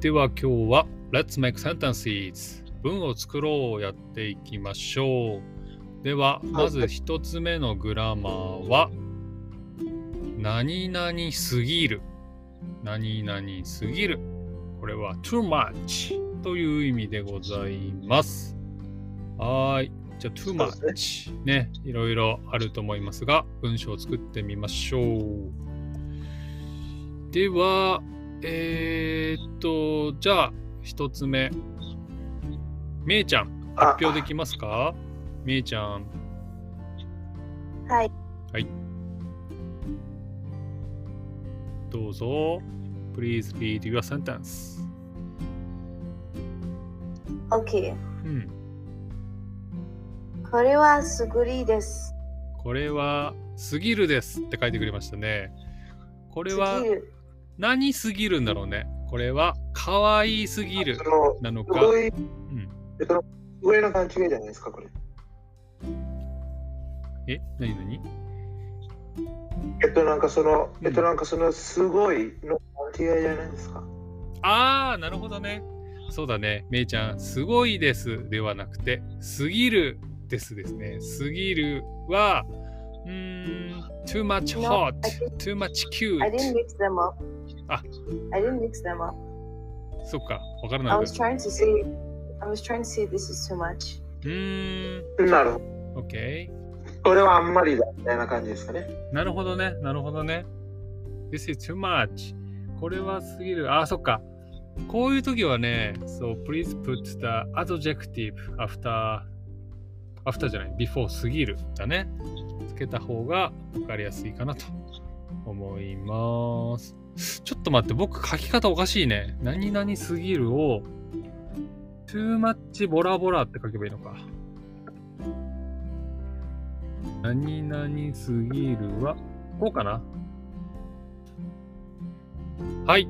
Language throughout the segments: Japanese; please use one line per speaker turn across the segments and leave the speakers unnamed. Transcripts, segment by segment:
では今日は Let's Make Sentences 文を作ろうやっていきましょう。ではまず一つ目のグラマーは何々すぎる。何々すぎる。これは too much という意味でございます。はーい。じゃあ too
そうで
much ね、いろいろあると思いますが、文章を作ってみましょう。では、えー、っと、じゃあ一つ目。めいちゃん、
あ
発表できますかめいちゃん。
はい。
どうぞ。Please read your sentence.
OK。
うん。
これはすぐりです。
これは「すぎる」ですって書いてくれましたね。これは
すぎる
何すぎるんだろうね。これは可愛いすぎる
その
なのか。
上
うん、
その上の段違いじゃないですかこれ。
え、何何
えっとなんかその、
うん
えっとなんかそのすごいの段違いじゃないですか。
あー、なるほどね。そうだね。めいちゃん、すごいですではなくて、すぎるですですね。すぎるは、うーん、too much hot, too much
I didn't
cute.
mix them up.
あ
I didn't mix them up.
そっか、わから
I
ない。
was trying to say, I was trying to say this is too much.
うーん、
なるほ
OK。
ど。これはあんまりだみたいな感じですかね。
なるほどね、なるほどね。This is too much. これはすぎる。あ、そっか。こういう時はね、so please put the adjective after, after じゃない、before すぎるだね。つけた方が分かりやすいかなと思います。ちょっと待って、僕書き方おかしいね。何々すぎるを too much ボラボラって書けばいいのか。何々すぎるは、こうかなはい。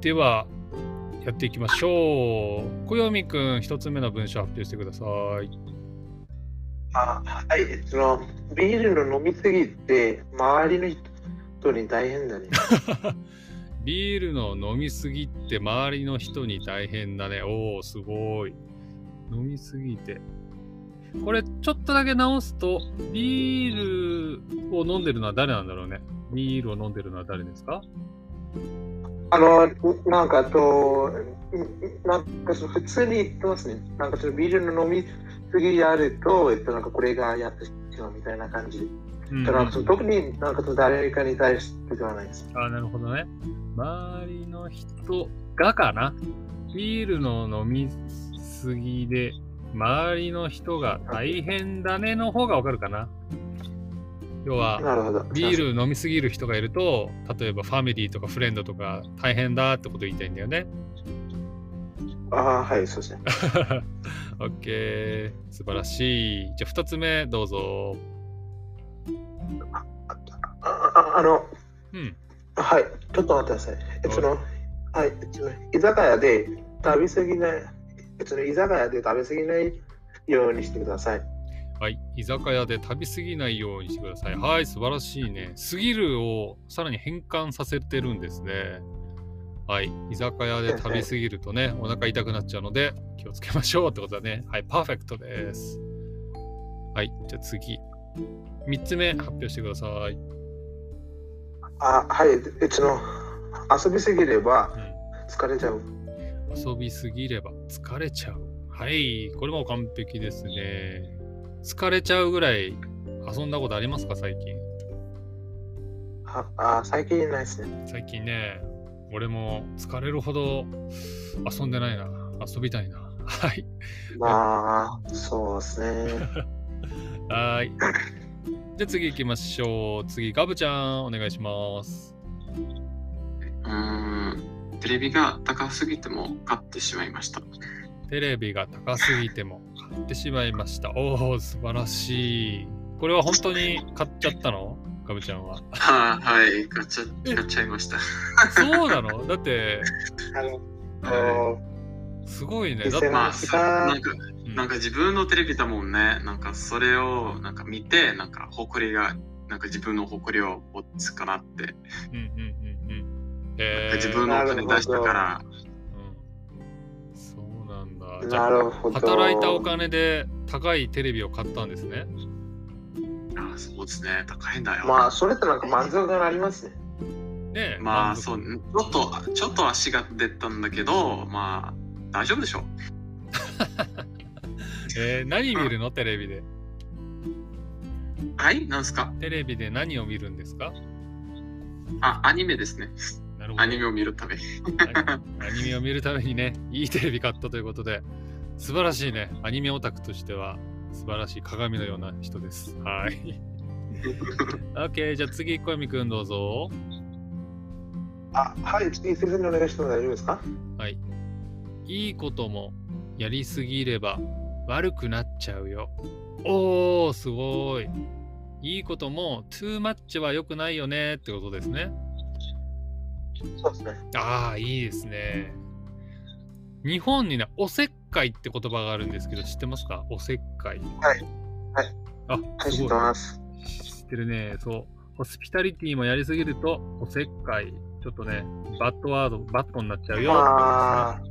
では、やっていきましょう。小読みくん、一つ目の文章発表してください。
あはい、そのビールの飲みすぎて周りの人に大 変だね。
ビールの飲みすぎって周りの人に大変だね。おー、すごい。飲みすぎて。これ、ちょっとだけ直すと、ビールを飲んでるのは誰なんだろうね。ビールを飲んでるのは誰ですか
あの、なんかと、なんかその普通に言ってますね。なんかそのビールの飲みすぎやると、えっと、なんかこれがやってしまうみたいな感じで。
うん
だからその特になんかその誰かに対してではないです。
あなるほどね。周りの人がかな。ビールの飲みすぎで、周りの人が大変だねの方がわかるかな。要は、
なるほど。
ビール飲みすぎる人がいると、例えばファミリーとかフレンドとか大変だってこと言いたいんだよね。
ああー、はい、そうですね。
オッケー、素晴らしい。じゃあ2つ目どうぞ。
あああの、
うん。
はい、ちょっと待ってください。えっとその、はい、えっとその居酒屋で食べ過ぎない、えっとその居酒屋で食べ過ぎないようにしてください。
はい、居酒屋で食べ過ぎないようにしてください。はい、素晴らしいね。過ぎるをさらに変換させてるんですね。はい、居酒屋で食べ過ぎるとね、 お腹痛くなっちゃうので気をつけましょうってことだね。はい、パーフェクトです。はい、じゃあ次。3つ目発表してください。
あはい、えっとその、遊びすぎれば
うん
疲れちゃう。
遊びすぎれば疲れちゃう。はい、これも完璧ですね。疲れちゃうぐらい遊んだことありますか、最近。
ああ最近ないですね。
最近ね俺も疲れるほど遊んでないな遊びたいな はい
まあ、そうで すね。
はーいじゃあ次行きましょう次ガブちゃんお願いします
うーんテレビが高すぎても買ってしまいました。
テレビが高すぎても買ってしまいましたおお素晴らしいこれは本当に買っちゃったのガブちゃんは
はあ、はい、買っちゃ買っちゃいました。
そうなのだって
あの、
は
すごいねだって
い、まあ、そなんか
うん
なんか自分のテレビだもんね。なんかそれをなんか見て、なんか誇りが、なんか自分の誇りを持つかなって。
うんうんうんうんえー
自分のお金出したから、
うんかじゃ
な
あ
るほど。
働いたお金で高いテレビを買ったんですね
あそうですね、高いんだよ。
まあ、それってなんか満足感ありますね。
ねえ
まあ
満足
そうちょっとちょっと足が出たんだけどまあ大丈夫でしょ
えー何見るのテレビで
はいなんですか
テレビで何を見るんですか
あアニメですね
なるほど
アニメを見るため
アニメを見るためにね、いいテレビ買ったということで、素晴らしいね。アニメオタクとしては、素晴らしい鏡のような人です。 はい。OK、じゃあ次、小泉くんどうぞ。
あ、はい、次、先生にお願いしても大丈夫ですか
はい。いいこともやりすぎれば悪くなっちゃうよ。おー、すごい。いいことも too much は良くないよねってことですね。
そうですね。
ああ、いいですね。日本にね、おせっかいって言葉があるんですけど、知ってますかおせっかい。
はい。はい。
あ、
は
す
い、知っ
ごい
て。ます。
知ってるね。そう。ホスピタリティもやりすぎると、おせっかい。ちょっとね、バッドワード、バットになっちゃうよ。
まあ、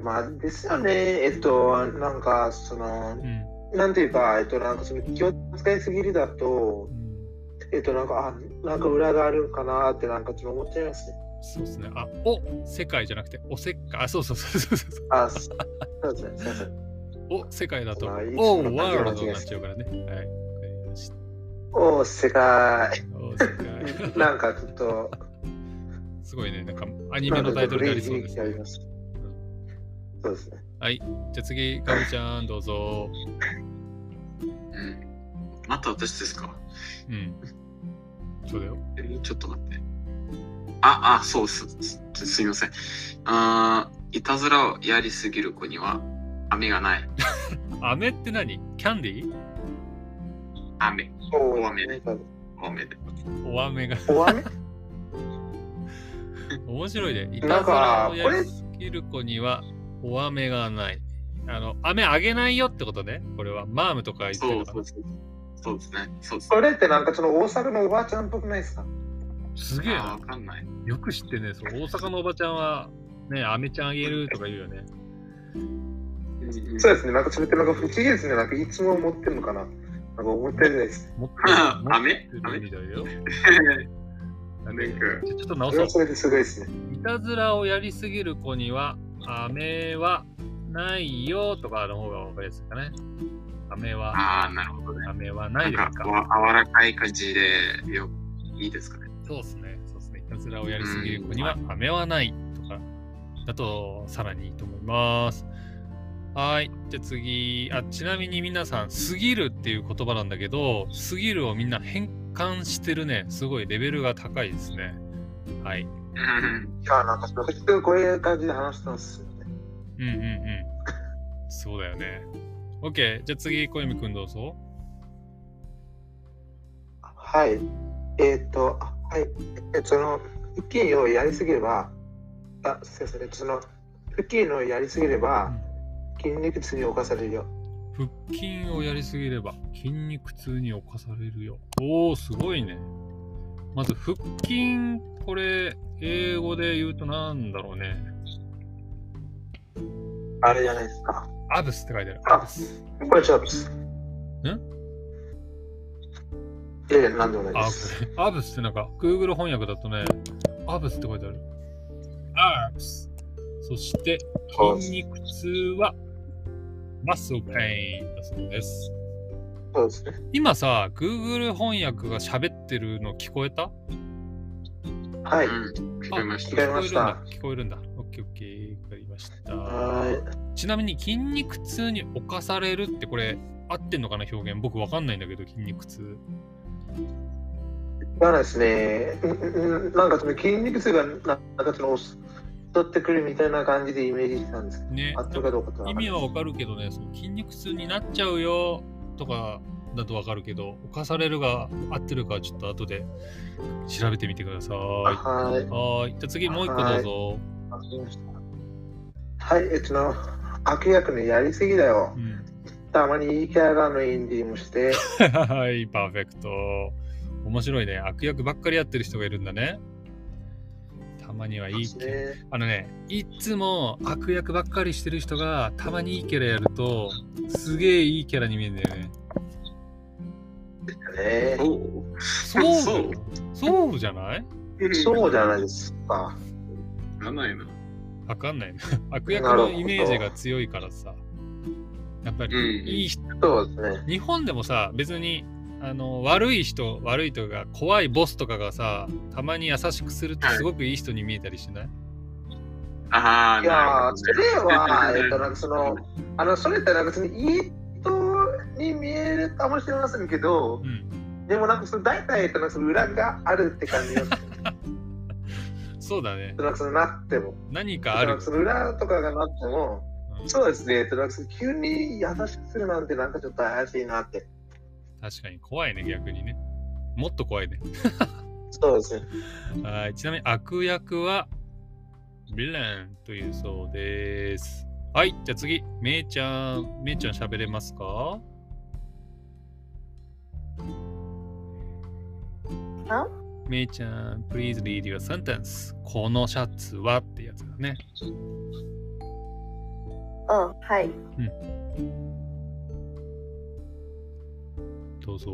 まあ、ですよね。えっと、なんか、その、
うん。
なんていうか、えっと、なんかその気を使いすぎるだと
う、ん
えっと、なんか、あ、なんか裏があるんかなって、なんかちょっと思っちゃいますね。
そうですね。あ、お、世界じゃなくて、おせっかい。あ、そうそうそうそうそう。
あ、すそうですね。すいません。
お、世界だと、お、
ま
ワ
あいいです
ー
ね
ルドになっちゃうからね。はい。わかりま した
お ー、世界。
お、世界。
なんかちょっと、
すごいね。なんか、アニメのタイトルになりそうですね
なんかちょっと古い響きがあり。ますそうですね。
じゃあ次、かみちゃん、どうぞ。
うんまた私ですか
うん。そうだよ。
えちょっと待ってああそうすすすいませんあーいたずらをやりすぎる子には飴がない
飴って何キャンディー
飴
お
大雨ね
なんか
多めで
お飴が。
大雨
面白いね。いた
なん
ずら
か
をやりすぎる子にはお飴がない。あの、飴あげないよってことね。これは。マームとか言って
そ
る
う
か
そうそうそうですねそうですね
それってなんかその大阪のおばあちゃんっぽくないですか
な。すげえ
あ
な
わ。かんない
よく知ってね。そう大阪のおばちゃんは、ね、飴ちゃんあげるとか言うよね。
うんうん
そうですね、なんかそれってなんか不思議ですね、なんかいつも持ってるのかな。なんか思ってるです。
持って
あ
持って
飴
るみたいだよ。 なんで
なんか
ちょちょっと直
そ
そ
れ
う
は。それですごいですね。
いたずらをやりすぎる子には、飴はないよとかの方がわかりやすいかね。飴は、
ああなるほどね
飴はな
ないん
です
か
か。
わ柔らかい感じでよいいですかね
そうですね。そうですね。いたずらをやりすぎる子には、飴はないとか、だとさらにいいと思います。はい。じゃあ次、あ、ちなみに皆さん、すぎるっていう言葉なんだけど、すぎるをみんな変換してるね。すごいレベルが高いですね。はい。
うん
あなんかその結局こういう感じで話してますよね。
うんうんうん。そうだよね。OK。じゃあ次、小泉くんどうぞ。
はい。えっ、と、あはい。えその、腹筋をやりすぎれば、あ、すいません、えっとその、腹筋をやりすぎれば、筋肉痛に侵されるよ。
腹筋をやりすぎれば筋肉痛に侵されるよ。おお、すごいね。まず腹筋、これ、英語で言うとなんだろうね。
あれじゃないですか。
アブスって書いてある。
あ
アブス。
これジョブス。
ん
いやいや、なんでもない
あ、
で
こ
す。
れ。アブスってなんか、Google 翻訳だとね、アブスって書いてある。アブス。そして、筋肉痛は、マッスルペインだそうです。
そうですね。
今さ、Google 翻訳が喋ってるの聞こえた
はい。
うん聞こえまし
聞こえ
聞こえ
た
ま
るん
し
だ
た。
聞こえるんだ。オッケーオッケー。わかりました。
は
ちなみに筋肉痛に侵されるってこれ合ってんのかな表現僕わかんないんだけど筋肉痛
い。だからですね、うんうんなんかその筋肉痛がななんかその取ってくるみたいな感じでイメージしてたんですけ
ね
ど、合ってるかどうかとは
意味はわかるけどねその筋肉痛になっちゃうよとかだとわかるけど侵されるが合ってるかちょっと後で調べてみてくださいは
はい。
ーいじゃあ次もう一個どうぞ、
わかりました。はい、えっとの、悪役のやりすぎだよ
う。ん、
たまにいいキャラのインディーもして、
はいパーフェクト面白いね悪役ばっかりやってる人がいるんだねたまにはいいけど
ね。
あのね、いつも悪役ばっかりしてる人がたまにいいキャラやると、すげえいいキャラに見えるんだよね。
ね
お
そう
そう
そうじゃない
そうじゃないですか。
ならないな。
わかんないな。悪役のイメージが強いからさ。やっぱ
うん
りいい人、
そうですね。
日本でもさ、別にあの悪い人、悪いというか怖いボスとかがさ、たまに優しくするとすごくいい人に見えたりしない、
ああ、
いや
な
ー、
る
それは、えっと、なんかその、あの、それってなんか別にいい人に見えるかもしれませんけど
う、ん。
でもなんかその大体、えっと、なんかその裏があるって感じがする、
そうだね。
なんかそのなっても。
何か あ
なん
る
か。その裏とかがなっても、
うん
そうですね、えっと、なんかその急に優しくするなんてなんかちょっと怪しいなって。
確かに怖いね、逆にね。もっと怖いね。
そうですね。
はい、ちなみに悪役は、ヴィランというそうです。はい、じゃあ次、めいちゃん、めいちゃん喋れますか
Huh?
めいちゃん、please read your sentence. このシャツはってやつだね。
Oh, hi.
どうぞ。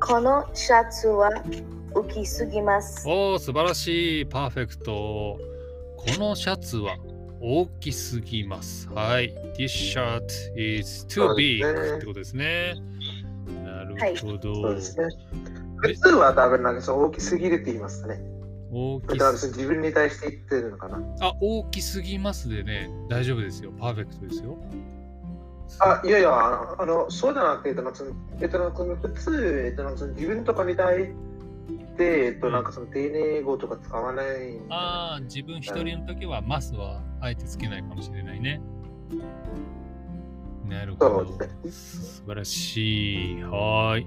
このシャツは大きすぎます。
おー、素晴らしい。パーフェクト。このシャツは大きすぎます。はい。This shirt is
そ
too
うで
big
すね
ってことですね。なるほど。
そうですね。普通は多分なんかそう大きすぎるって言いますかね。
大
だ
き
から
す
その自分に対して言ってるのかな。
あ、大きすぎますでね、大丈夫ですよ。パーフェクトですよ。
あ、いやいや、あの、あのそうじゃなくて、えっと、なんかその、えっと、なんかその普通、えっと、なんかその自分とかに対して、えっと、なんかその丁寧語とか使わない。
ああ、自分一人の時は、マスはあえてつけないかもしれないね。なるほ
そう
ど。
ですね。
素晴らしい。はーい。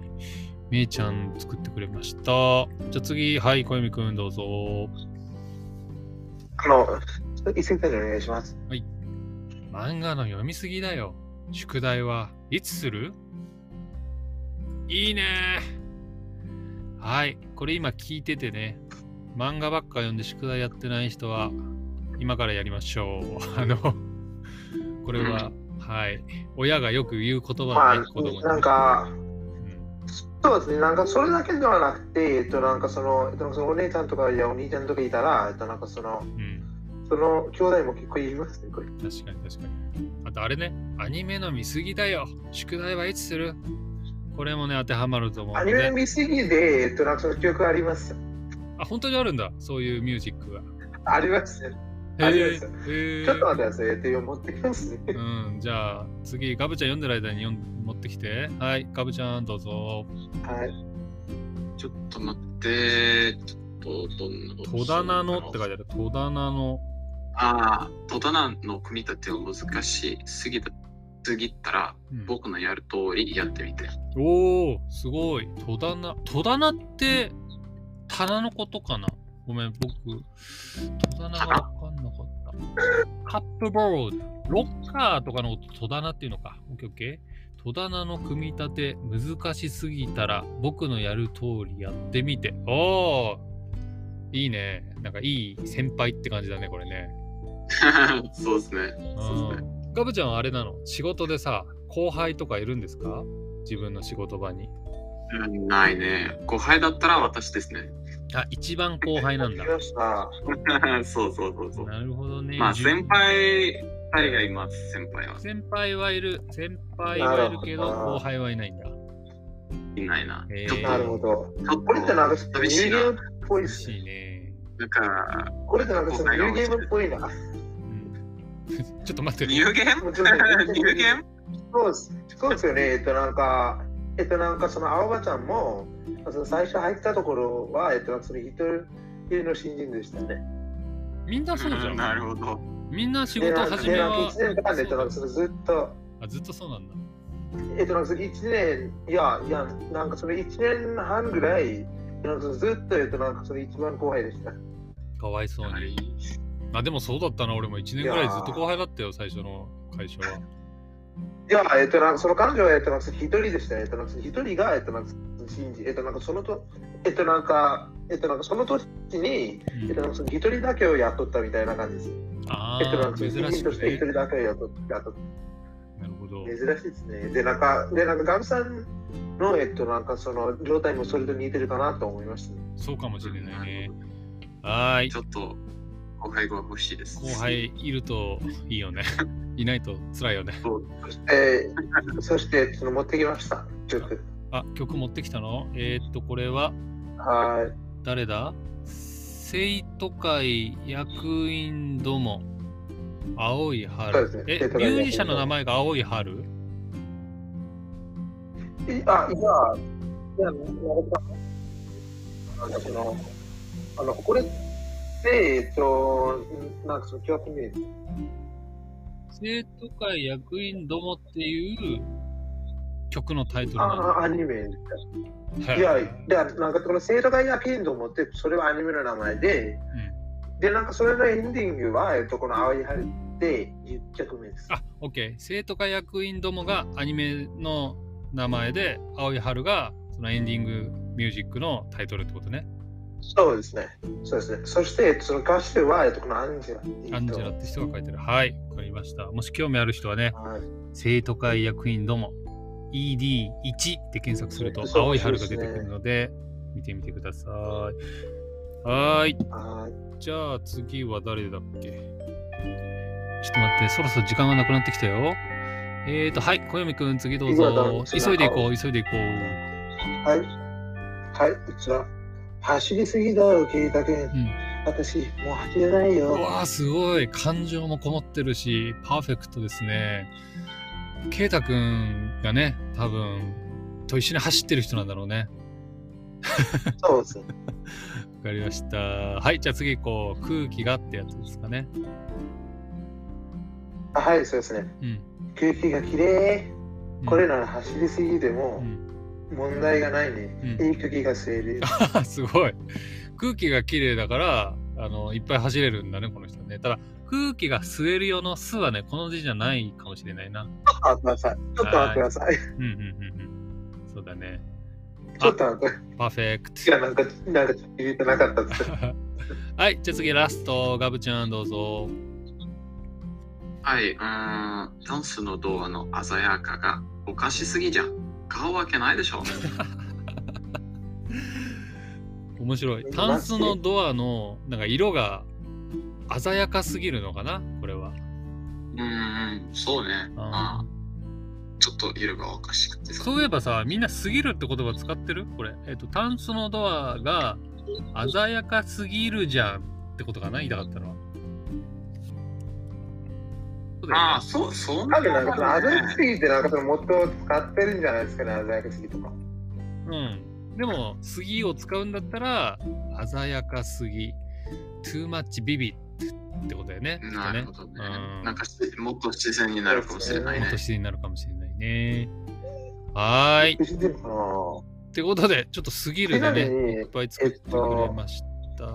めいちゃん作ってくれました。じゃあ次、はい、小泉くんどうぞ。
あの、一斉にお願いします。
漫画の読みすぎだよ。宿題はいつするいいねはい、これ今聞いててね、漫画ばっか読んで宿題やってない人は、今からやりましょう。 あの、これは、はい、親がよく言う言
ま
葉だね、子供に
あ、なんか、
うん
そうですね、なんかそれだけではなくて、えっと、なんかその、えっと、そのお姉ちゃんとかやお兄ちゃんとかいたら、えっと、なんかその、
うん、
その兄弟も結構いますね、これ。
確かに確かに。あとあれね、アニメの見すぎだよ。宿題はいつするこれもね、当てはまると思う
ア
ん
ニ
で、
メ
ね。
見すぎで、えっと、なんかその記憶あります。
あ、本当にあるんだ、そういうミュージックが。
ありますね。ありますよ
へえ
ちょっと待ってください、えっと、持ってきますね。
うん、じゃあ次、ガブちゃん読んでる間に読ん持ってきて。はい、ガブちゃんどうぞ。
はい。
ほどちょっと待って、ちょっとどんな
戸棚のって書い
て
てある。戸棚の。
ある。ああ、戸棚の組み立てを難しすぎたすぎたら、
うん
僕のやる通りやってみて。
おー、すごい。戸棚。戸棚って棚のことかなごめん、僕、戸棚がわかんなかった。カップボード。ロッカーとかのこと戸棚っていうのか。オッケーオッケー。戸棚の組み立て難しすぎたら僕のやる通りやってみて。おーいいね。なんかいい先輩って感じだね、これね。
そうですね。そうですね。
うんガブちゃんはあれなの仕事でさ、後輩とかいるんですか自分の仕事場に。
うんないね。後輩だったら私ですね。
あ、一番後輩なんだ
来。ました。
そうそうそうそう。
なるほどね。
まあ
じゅ
先輩2人がいます、先輩は。
先輩はいる。先輩はいるけど、
なるほど
後輩はいないんだ。
いないな。
えー
ちょっ
なるほど。
と、ちょっ
これってなんか
と
ちょっとニュー
寂しい
ゲ
な
ー。ムっぽいで
嬉
す
し
ね。
いね。
なんか、
これってなんかちょっとニューゲームっぽいな。
うん、 ちょっと待って。
入言
もちろん
入言
そうです。そうですよね。えっとなんか、えっとなんかその青葉ちゃんも、その最初入ったところは、えっとなんかその一人の新人でしたね。
みんなそうじゃ
うん
ん。
なるほど。
みんな仕
で、
事
なんか
始めは。
1年間で、えっとなんかそのずっと、
あ、ずっとそうなんだ。
えっとなんかその1年、いや、いや、なんかその1年半ぐらい、なんかそのずっと、えっとなんかその一番後輩でした。
かわいそう
は
に。
い
あ、でもそうだったな。俺も1年ぐらいずっと後輩だったよ、最初の会社は。
いや、えっと、なんかその彼女は、えっと、なんか一人でしたね。えっと、なんか一人が、えっと、なんか信じ、えっと、なんかそのと、えっと、なんか、えっと、なんかその年に、えっと、なんかその一人だけを雇ったみたいな感じです。
あ
えっと、なん
あ、
か
珍
人
し
間と
く
して一
ね。
人だけを雇った。雇っ
なるほど。
珍しいですね。で、なんか、で、なんかガムさんの、えっと、なんかその状態もそれと似てるかなと思いました、ね。
そうかもしれ
うん
ない
な
ね
る。
はーい
ち。ょっと後輩が欲しいです。
後輩いるといいよね。いないと辛いよね。
そう
えー、そして、その持ってきました。ちょっと。
あ、曲持ってきたのえーっと、これは
は
誰だ生徒会役員ども、青い春
そう。で
え
すね、
ミュージシャンの名前が青い春
い。いあ、いや、いや、なんかその、あの、これで、えっと、なんかその、記憶に見えて
生徒会役員どもっていう曲のタイトルな
ああ、アニメ。
の。はい
や、で、なんかこの生徒会がピンと思って、それはアニメの名前で、で、なんかそれのエンディングは、えっと、この青い春で10曲目です。
あ、オッケー。生徒会役員どもがアニメの名前で、青い春がそのエンディングミュージックのタイトルってことね。
そうですね。そうですね。そして、えっとその歌手は、えっと、このアンジェラっていう人。
アンジェラって人が書いてる。はい、わかりました。もし興味ある人はね、
はい
生徒会役員ども ED1 で検索すると
そう
青い春が出てくるので、見てみてください。はーい。
はい
じゃあ次は誰だっけちょっと待って、そろそろ時間がなくなってきたよ。えーと、はい、小読くん、次どう
いくらだろ
ぞ
う。
急いでいこう、急いでいこう。
はい。はい、こちら。走りすぎだよ、聞いたけん。
ん
私、もう走れないうよ。
わー、すごい。感情もこもってるし、パーフェクトですね。ケイタくんがね、多分、と一緒に走ってる人なんだろうね。
そうですね。
わかりました。はい、じゃあ次行こう。空気がってやつですかね。
あはい、そうですね。
うん。
空気がきれ
うん
い。これなら走りすぎで
う
も
ん。
問題がないね。
うん
いい空気が整理。
すごい。空気が綺麗だから、あの、いっぱい走れるんだね、この人ね。ただ、空気が吸える用の吸はね、この字じゃないかもしれないな。
あ、ください。ちょっと待ってください。
うんうんうんうん。そうだね。
ちょっと待って。
パーフェクト
い。や、なんか、なんか、入れてなかったっす。
はい、じゃあ次ラスト、ガブちゃんどうぞ。
はい、うーん、ダンスの童話の鮮やかがおかしすぎじゃん。買うわけないでしょ。
面白い。タンスのドアの、なんか色が鮮やかすぎるのかなこれは。
うーん、そうね。
あ
あちょっと色がおかしくてさ。
そういえばさ、みんな過ぎるって言葉使ってるこれ。えっ、と、タンスのドアが鮮やかすぎるじゃんってことかな言いたかったのは。そうだよね
ああ、そう、そう
多
な
分なんか、その、
ん
鮮
だ
やかすぎて、なんか、その、もっと使ってるんじゃないですかね、鮮やかすぎとか。
うん。でも、すぎを使うんだったら、鮮やかすぎ、too much vivid ってことだよね。きっと
な
ね
るほどね
う。ん
なんかし、もっと自然になるかもしれない
もっ
ね
と。自然になるかもしれないね。はーい。
知ってるかな
ってことで、ちょっとすぎる
ち
で
なみ
ね、
に
いっ、ぱい作ってくれました。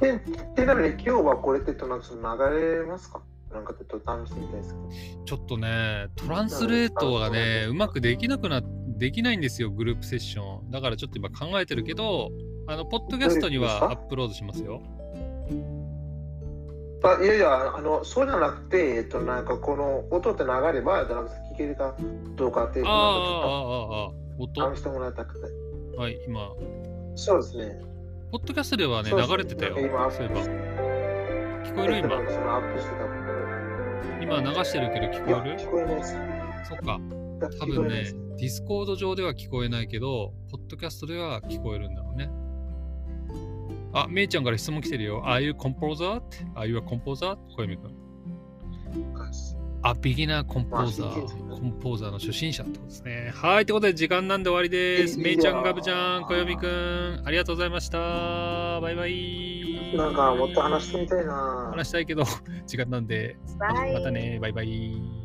で、でなのに今日はこれってとなんかその流れますかなんかちょっと試してみたいですけ
ちょっとね、トランスレートがね、うまくできなくな、できないんですよ、グループセッション。だからちょっと今考えてるけど、あの、ポッドキャストにはアップロードしますよ。
ど。あいやいや、あの、そうじゃなくて、えっと、なんかこの音って流れば、えっとなんか聞けるかどうかっていう
あ
の
あ、
を
ああ、ああ、
なん
音
かちょっと試。してもらいたくて。
はい、今、
そうですね。
ポッドキャストではね、
そうです
流れてたよ。そういえ
今
ば。聞こえる
えっとなん
今。
かそのアップしてた
今流してるけど聞
いや
こえる
聞こえないです。
そっか。多
聞こ
分
えないで
ね
す。、
ディスコード上では聞こえないけど、ポッドキャストでは聞こえるんだろうね。あ、めいちゃんから質問来てるよ。Are you composer? って。Are you a composer? 小泉君。あ、ビギナーコンポーザ
まあ新人です
ー。
ね
コンポーザーの初心者ってことですね。はい、ということで時間なんで終わりです。
いい
めい
よ
ちゃん、ガブちゃん、小泉くん、ありがとうございました。バイバイ。
なんかもっと話してみたいな。
話したいけど、時間なんで、ま
バイ
またね、バイバイ。